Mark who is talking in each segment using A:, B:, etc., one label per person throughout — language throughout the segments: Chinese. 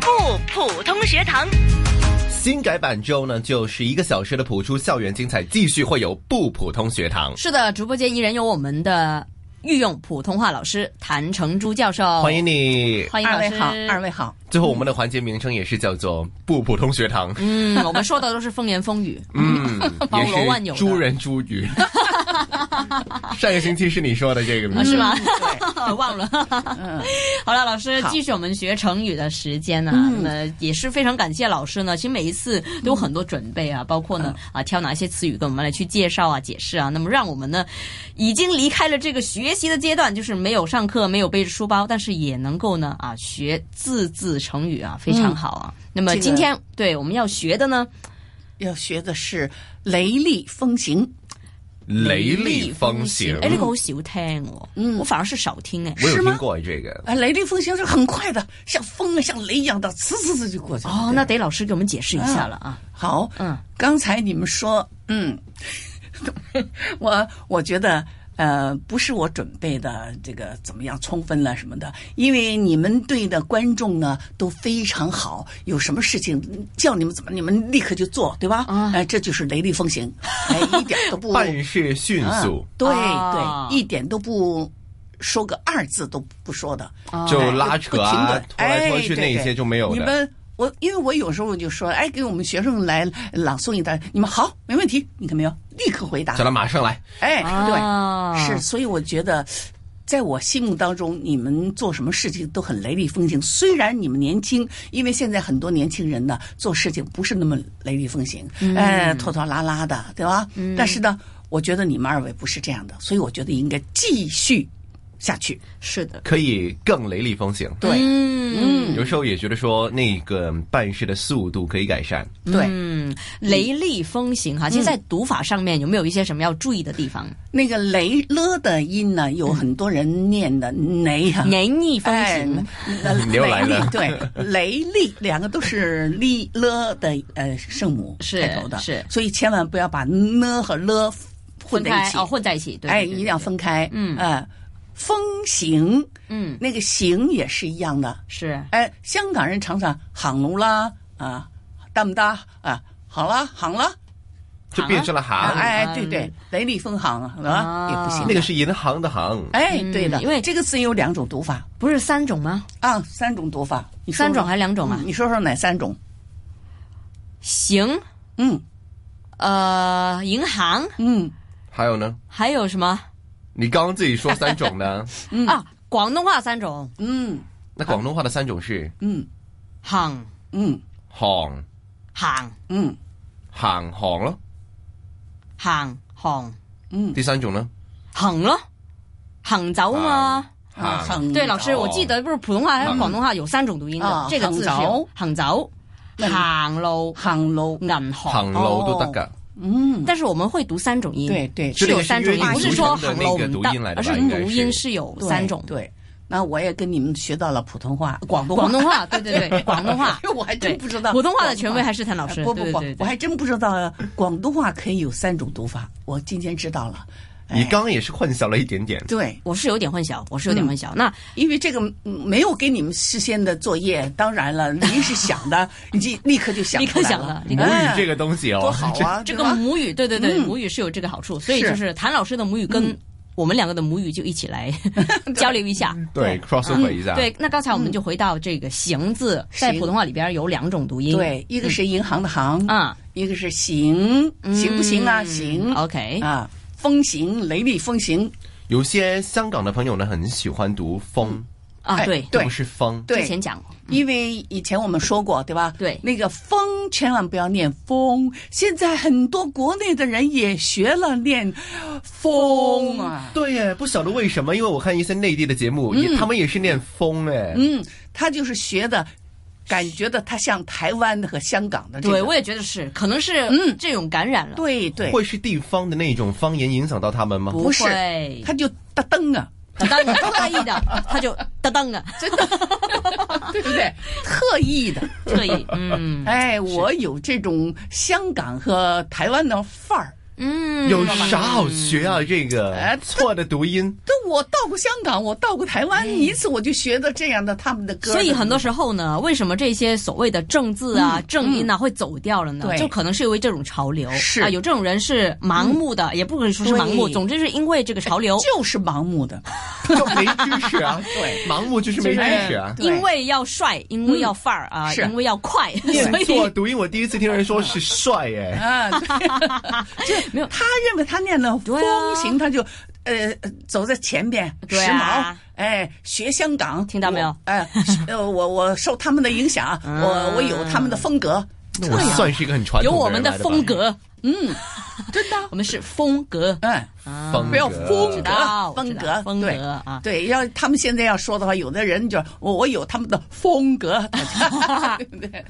A: 普通学堂。
B: 新改版之后呢，就是一个小时的普出校园精彩，继续会有不普通学堂。
C: 是的，直播间依然有我们的御用普通话老师谭成珠教授，
B: 欢迎你。
C: 欢迎
D: 二
C: 老
D: 位
C: 师，
D: 好，二位好，
B: 最后我们的环节名称也是叫做不普通学 堂，
C: 嗯，我们说的都是风言风语，
B: 嗯，
C: 包罗万
B: 也
C: 有
B: 是
C: 的
B: 诸人诸 语。上个星期是你说的这个名
C: 啊
B: 字
C: 是吗？
D: 对，
C: 忘了。
D: 嗯，
C: 好了，老师，
D: 好
C: 继续我们学成语的时间呢、那么也是非常感谢老师呢。其实每一次都有很多准备啊，包括呢啊，挑哪些词语跟我们来去介绍啊、解释啊。那么让我们呢，已经离开了这个学习的阶段，就是没有上课、没有背着书包，但是也能够呢啊学字字成语啊，非常好啊。那么
D: 这个
C: 今天、对我们要学的呢，
D: 要学的是雷厉风行，
B: 雷厉风行，嗯
C: 哎，这个好少听哦，嗯，我反而是少听哎。
B: 我有
D: 是吗
B: 听过这个。
D: 啊，雷厉风行是很快的，像风啊，像雷一样的，呲呲呲就过去了。
C: 哦，
D: 对
C: 那得老师给我们解释一下了啊。
D: 好，
C: 嗯，
D: 刚才你们说，嗯， 我我觉得。呃，不是我准备的这个怎么样充分了什么的，因为你们对的观众呢都非常好，有什么事情叫你们怎么，你们立刻就做，对吧？
C: 啊
D: 哎这就是雷厉风行，哎，一点都不
B: 办事迅
D: 啊
B: 速，
D: 对
C: 啊
D: 对，一点都不说个二字都不说的，
B: 就拉扯啊
D: 哎，
B: 拖来拖去
D: 不停地
B: 那
D: 哎对
B: 些
D: 对
B: 就没有
D: 你
B: 的。
D: 们我因为我有时候就说，哎，给我们学生来朗诵一段，你们好，没问题，你看没有，立刻回答
B: 叫，他马上来，
D: 哎，
C: 啊
D: 对，是，所以我觉得。在我心目当中，你们做什么事情都很雷厉风行。虽然你们年轻，因为现在很多年轻人呢做事情不是那么雷厉风行，
C: 嗯
D: 哎，拖拖拉拉的，对吧？但是呢，我觉得你们二位不是这样的，所以我觉得应该继续下去。
C: 是的，
B: 可以更雷厉风行。
D: 对，
C: 嗯。
B: 有时候也觉得说那个办事的速度可以改善。
D: 对，
C: 嗯，雷厉风行哈。其实，在读法上面有没有一些什么要注意的地方？
D: 那个雷了的音呢，有很多人念的雷啊哈、
C: 雷厉风
D: 哎
C: 行，
D: 那
B: 你又来了
D: 雷厉对，雷厉两个都是利了的呃圣母
C: 是
D: 开头的，
C: 是
D: 所以千万不要把呢和了混
C: 混
D: 在一
C: 开
D: 起，
C: 哦，混在一起，对，
D: 哎，
C: 对
D: 一定要，分开，
C: 嗯
D: 呃，风行，
C: 嗯，
D: 那个行也是一样的，
C: 对是，
D: 哎，香港人常常行路啦啊，大不大啊，好啦，行啦，
B: 就变成了行，
D: 哎，对对，雷厉风行啊，
C: 嗯啊
D: 也不行
B: 那，个是银行的行，
D: 哎，对的，
C: 嗯因为
D: 这个词有两种读法
C: 不是三种吗？
D: 啊，三种读法，你说说
C: 三种还是两种啊
D: 嗯？你说说哪三种？
C: 行，
D: 嗯
C: 呃，银行，
D: 嗯，
B: 还有呢？
C: 还有什么
B: 你刚刚自己说三种呢，
C: 啊？广东话三种，
D: 嗯
B: 那广东话的三种是
D: 嗯
C: 行
D: 嗯
B: 行
C: 行
D: 嗯
B: 行行咯，
C: 行行
D: 嗯，
B: 第三种呢？
C: 行咯，行走嘛。
D: 啊
B: 行
D: 很
C: 对，老师，
B: 走
C: 我记得不是普通
B: 嗯
C: 话还有广东话有三种读音的
B: 哦
D: 啊，
C: 这个字是有行走、
D: 那你
C: 行路、
D: 行路，
C: 银
B: 嗯
C: 行。
B: 行路都得噶，
D: 嗯，
C: 但是我们会读三种音，
D: 对，对，
B: 就是
C: 有三种音
B: 这，个
C: 不
B: 是
C: 是
B: 粤语
C: 说
B: 族群的那
C: 行楼
B: 个
C: 唔
B: 读音来
C: 得，
B: 的吧
C: 而是
B: 应该
C: 读
B: 是
C: 音是有
D: 对
C: 三种。
D: 对。那我也跟你们学到了普通话、，
C: 广广 东话，对对对，广东话
D: 我还真
C: 对
D: 不知道
C: 普通话的权威还是谭老
D: 哎
C: 师。
D: 不不不
C: 对对，
D: 我
C: 对
D: 还真不知道广东话可以有三种读法，我今天知道了。哎
B: 你刚刚也是混淆了一点点，
D: 对，
C: 我是有点混淆，我是有点混淆。那
D: 因为这个嗯没有给你们事先的作业，当然了，临时想的， 你就立刻就想
C: 立
D: 出
C: 刻
D: 来
C: 想
D: 了嗯
C: 了，
B: 母语这个东西
D: 多
B: 哦，
D: 好
B: 这
D: 啊！
C: 这
D: 对
C: 个
D: 吧
C: 母语，对对对，
D: 嗯
C: 母语是有这个好处，所以
D: 是
C: 就是谭老师的母语跟
B: 嗯
C: 我们两个的母语就一起来 交流一下。
B: 对 crossover 一下，
C: 对，那刚才
B: 嗯
C: 我们就回到这个“行”字，在
D: 行
C: 普通话里边有两种读音。
D: 对，一个是银行的行，
C: 啊，
D: 一个是行，嗯行不行啊？
C: 嗯
D: 行
C: OK，
D: 啊，风行，雷厉风行，
B: 有些香港的朋友呢很喜欢读风，
C: 啊，
D: 哎
C: 对，
D: 对
B: 不是风，
D: 对
C: 之前讲过，
D: 因为以前我们说过，对吧？
C: 对
D: 那个风千万不要念风，现在很多国内的人也学了念风啊。
B: 对耶，不晓得为什么，因为我看一些内地的节目，也他们也是念风哎，
D: 嗯，他就是学的，感觉的他像台湾的和香港的这
C: 对
D: 个，
C: 我也觉得是，可能是
D: 嗯
C: 这种感染了。
D: 对对，
B: 会是地方的那种方言影响到他们吗？
D: 不是
C: 会，
D: 他就哒噔啊，
C: 他当然特意的， 他就当当的，
D: 真的，对不对？特意的，
C: 特意，嗯，
D: 哎，我有这种香港和台湾的范儿，
C: 嗯，
B: 有啥好学啊？这个
D: 哎
B: 错的读音，
D: 但我到过香港，我到过台湾，一次我就学的这样的他们的歌。
C: 所以很多时候呢，为什么这些所谓的正字啊、正音啊会走掉了呢？
D: 嗯对
C: 就可能是因为这种潮流，
D: 是嗯
C: 啊，有这种人是盲目的，也不可以说是盲目，
D: 对
C: 总之是因为这个潮流，
D: 就是盲 目的，
B: 就没知识啊，
D: 对，
B: 盲目就是没知识啊。
D: 对嗯
C: 因为要帅，因为要范儿啊，
D: 是
C: 因为要快，
B: 念
C: 所
B: 错
C: 以嗯
B: 读音，我第一次听人说是帅哎，
D: 啊，
C: 没有啊
D: 他认为他念了
C: 对啊
D: 风行，他就呃走在前边，
C: 对
D: 时
C: 啊
D: 髦，哎，学香港，
C: 听到没有
D: 我？哎，呃， 我我受他们的影响，
C: 嗯
D: 我我有他们的风格，
B: 那我算是一个很传
C: 啊有
B: 统
C: 我们
B: 的人
C: 的
B: 来吧
C: 风，格，
D: 真的，
C: 我们是风格，
D: 哎，
C: 啊
B: 风格
D: 不要
C: 知
D: 风
C: 道
D: 格，
C: 我知
D: 风
C: 道
D: 格，
C: 风格
D: 对
C: 啊
D: 对，要他们现在要说的话，有的人就我我有他们的风格，对不对？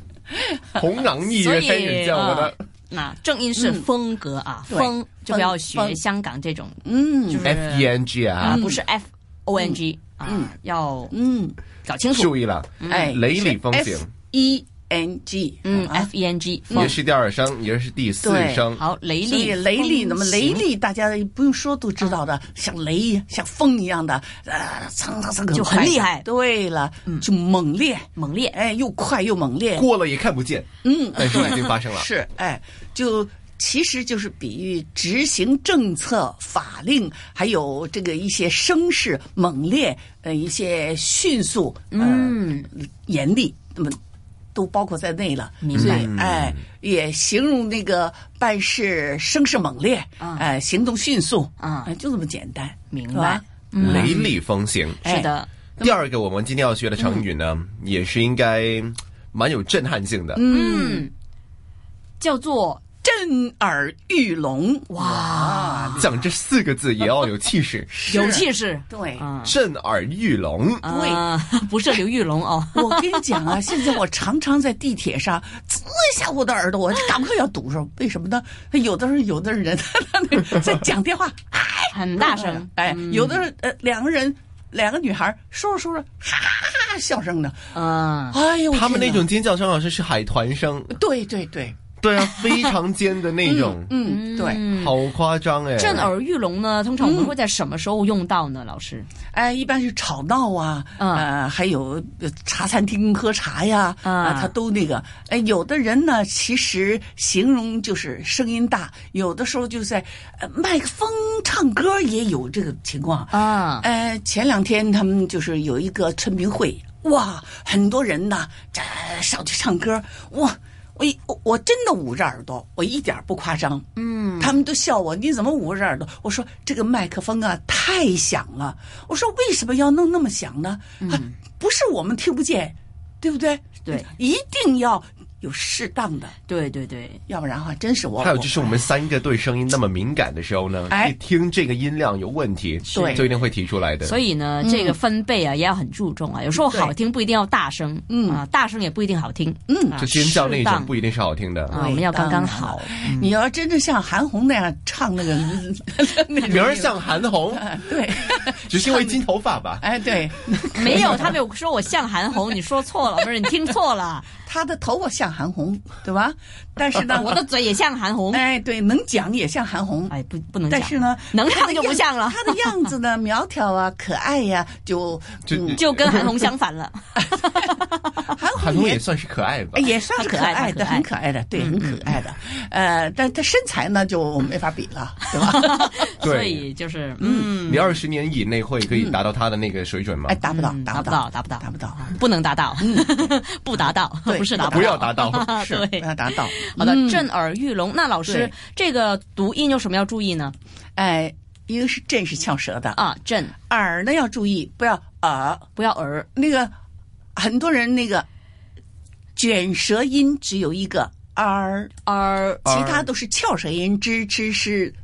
B: 弘扬逆
C: 所
B: 月
C: 以
B: 三人教，我的
C: 啊那正音是风格啊，
D: 嗯对
C: 风就不要学
D: 风
C: 香港这种，
D: 嗯
C: 就是
B: F E N G
C: 啊，
B: 啊，
C: 不是 F O N G 啊，要
D: 嗯，
C: 搞清楚
B: 注，意了，
D: 哎，
B: 雷厉风行
D: ，E N G，
C: 嗯
D: 啊
C: ，F E N G 风
B: 也。是第二声，也是第四
D: 对
B: 声，
C: 好，雷
D: 所
C: 厉
D: 以雷厉，那么
C: 风嗯
D: 雷
C: 行
D: 厉，大家不用说都知道的，像雷像风一样的，呃，蹭蹭蹭
C: 就很
D: 快
C: 厉
D: 的
C: 害嗯
D: 对了，就猛烈，
C: 猛烈，
D: 哎，又快又猛烈，
B: 过了也看不见，
D: 嗯，
B: 但是已经发生 了。
D: 是，哎，就其实就是比喻执行政策、法令，还有这个一些声势猛烈，呃，一些迅速，呃、
C: 嗯，
D: 严厉，那么都包括在内了。
C: 明
D: 所
C: 白嗯
D: 以，哎，也形容那个办事声势猛烈，
C: 嗯
D: 哎，行动迅速，
C: 嗯
D: 哎就这么简单，
C: 明
D: 是
C: 白
D: 吧？，
C: 嗯
B: 雷厉风行。
D: 哎
C: 是的，
B: 第二个我们今天要学的成语呢，也是应该嗯蛮有震撼性的。
C: 嗯，叫做
D: 震耳欲聋，
C: 哇，
B: 讲这四个字也要有气势，
C: 有气势，
D: 对。
C: 嗯，
B: 震耳欲聋。
D: 对
C: 啊，不是刘玉龙哦，
D: 我跟你讲啊，现在我常常在地铁上呲一下我的耳朵，我就赶快要堵上。为什么呢？有的时候有的人他那在讲电话，
C: 很大声，
D: 哎，有的人呃两个人两个女孩说着说着哈哈哈笑声呢，
C: 嗯，
D: 哎呦，
B: 他们那
D: 天哪
B: 种尖叫声好啊像是海豚声，
D: 对对对，
B: 对啊，非常尖的那种，
D: 嗯对，
C: 嗯
B: 好夸张哎！
C: 震耳欲聋呢，通常我们会在什么时候用到呢？老师，
D: 哎，一般是吵闹啊，
C: 嗯
D: 呃，还有呃茶餐厅喝茶呀，
C: 啊
D: 啊，他都那个，哎，有的人呢，其实形容就是声音大，有的时候就在呃麦克风唱歌也有这个情况，
C: 啊，
D: 呃，前两天他们就是有一个村民会，哇，很多人呐，这上去唱歌，哇，我一我我真的捂着耳朵，我一点儿不夸张，嗯，他们都笑我，你怎么捂着耳朵？我说这个麦克风啊太响了，我说为什么要弄那么响呢？啊，不是我们听不见，对不对？
C: 对，
D: 一定要有适当的，
C: 对对对，
D: 要不然哈、真是我
B: 还有就是我们三个对声音那么敏感的时候呢，
D: 哎
B: 一听这个音量有问题，
D: 对
B: 就一定会提出来的。
C: 所以呢，这个分贝啊也要很注重啊。有时候
D: 嗯对
C: 好听不一定要大声，嗯啊，大声也不一定好听，嗯，
B: 就尖叫那
C: 适
B: 种
C: 当
B: 不一定是好听的。
C: 啊，我们要刚刚好。
D: 哎你要真正像韩红那样唱那个，那种
B: 明儿像韩 红，
D: 对，
B: 只是因为金头发吧。
D: 哎对。
C: 没有，他没有说我像韩红，你说错了，不是你听错 了，啊
D: 他的头发像韩红，对 吧？但是呢，
C: 我的嘴也像韩红。
D: 哎，对，能讲也像韩红，
C: 哎，不不能讲。
D: 但是呢，
C: 能
D: 他
C: 唱
D: 的
C: 就不
D: 样
C: 像了，
D: 他的样子呢，苗条啊，可爱呀、就
B: 就
D: 嗯
C: 就跟韩红相反了。
D: 韩
B: 韩
D: 红
B: 红
D: 也
B: 也算是可爱吧
D: 哎。也算是
C: 她可
D: 可
C: 爱
D: 爱的，
C: 她可爱嗯
D: 很可爱的，对，很可爱的。呃，但他身材呢就没法比了，
C: 嗯
D: 对吧？
B: 对
C: 所以就是嗯，
B: 你二十年以内会可以达到他的那个水准吗
D: 哎，？达不到
C: 嗯，
D: 达
C: 达
D: 不
C: 不
D: 到，
C: 到，达不到，啊
D: 达不到，嗯
C: 不能达到， 不达到，
D: 对
C: 不是达
B: 不要
C: 到
B: 达到，是
C: 哎 对
D: 不，要达到。嗯
C: 好的，震耳欲聋。那老师
D: 对，
C: 这个读音有什么要注意呢？
D: 哎，一个是震是翘舌的，
C: 啊，震
D: 耳呢要注意，不要呃耳。
C: 不要耳，
D: 那个很多人那个卷舌音只有一个 r，
C: 耳，
D: 其他都是翘舌音，z、c、s，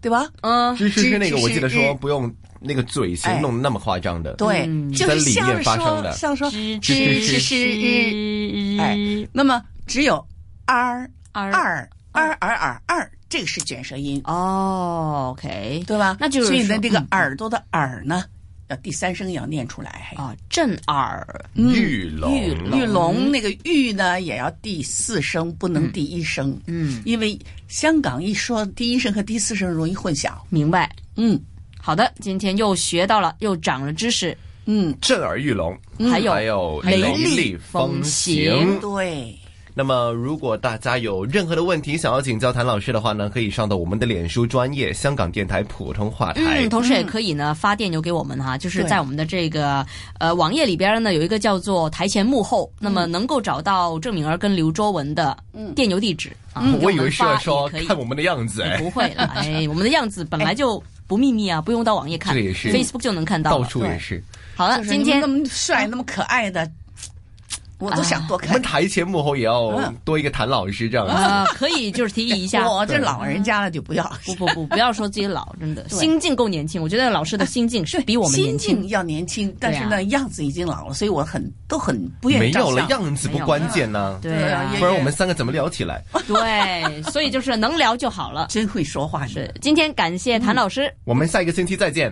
D: 对吧？
C: 嗯，
B: 芝士是那个，
D: 芝芝
B: 我记得说
D: 芝
B: 不用那个嘴型
D: 哎
B: 弄那么夸张的。
D: 对，
C: 嗯
D: 就是
B: 在里
D: 像
B: 面发生
D: 说
B: 的
D: 像说
C: 知
D: z、
B: 知
D: c、s，
C: 知
D: 哎，那么只有 r
C: 二
D: r r r r r，这个是卷舌音，
C: 哦，OK，
D: 对吧？
C: 那就是
D: 所以
C: 说
D: 呢，这个
C: 嗯
D: 耳朵的耳呢，要第三声要念出来。嗯
C: 啊，震耳
B: 玉龙，
D: 玉
C: 嗯
D: 龙那个玉呢，也要第四声，不能第一声。嗯，因为香港一说第一声和第四声容易混淆。
C: 明白。
D: 嗯
C: 好的，今天又学到了，又长了知识。
D: 嗯，
B: 震耳欲聋，
C: 嗯还有
B: 还有
C: 雷
B: 厉
C: 厉
B: 风
C: 风
B: 行
C: 行。
D: 对，
B: 那么，如果大家有任何的问题想要请教谭老师的话呢，可以上到我们的脸书专业香港电台普通话台
C: 嗯，。同时也可以呢发电邮给我们哈，就是
D: 对
C: 在我们的这个呃网页里边呢有一个叫做台前幕后，那
B: 嗯
C: 么能够找到郑敏儿跟刘卓文的电邮地址啊。给
B: 嗯我
C: 我
B: 以为
C: 们
B: 是
C: 发
B: 要
C: 也
B: 说
C: 可以
B: 看我们的样子，哎，
C: 不会 了，哎，我们的样子本来就不秘密啊，不用到网页看
B: 这也是
C: ，Facebook 就能看到
B: 到
C: 了。
B: 处也是。
C: 好了，
D: 就是
C: 啊今天啊
D: 那么帅、那么可爱的，我都想多
B: 我
D: 看
B: 们。台前幕后也要
D: 嗯
B: 多一个谭老师这样子。
C: 啊，可以就是提议一下，
D: 我这老人家了就不要，
C: 不不不，不要说自己老，真的
D: 对
C: 心境够年轻。我觉得老师的心境是比我们年
D: 心
C: 轻啊
D: 境。要年轻，但是呢，样子已经老了，所以我很都很不愿
B: 没
D: 意照
B: 有了
D: 相。
B: 样子不关键呐、
C: 对啊
D: 对，啊
B: 不然我们三个怎么聊起来？
C: 对，所以就是能聊就好了。
D: 真会说话，是
C: 是，今天感谢谭老师。
B: 我们下一个星期再见。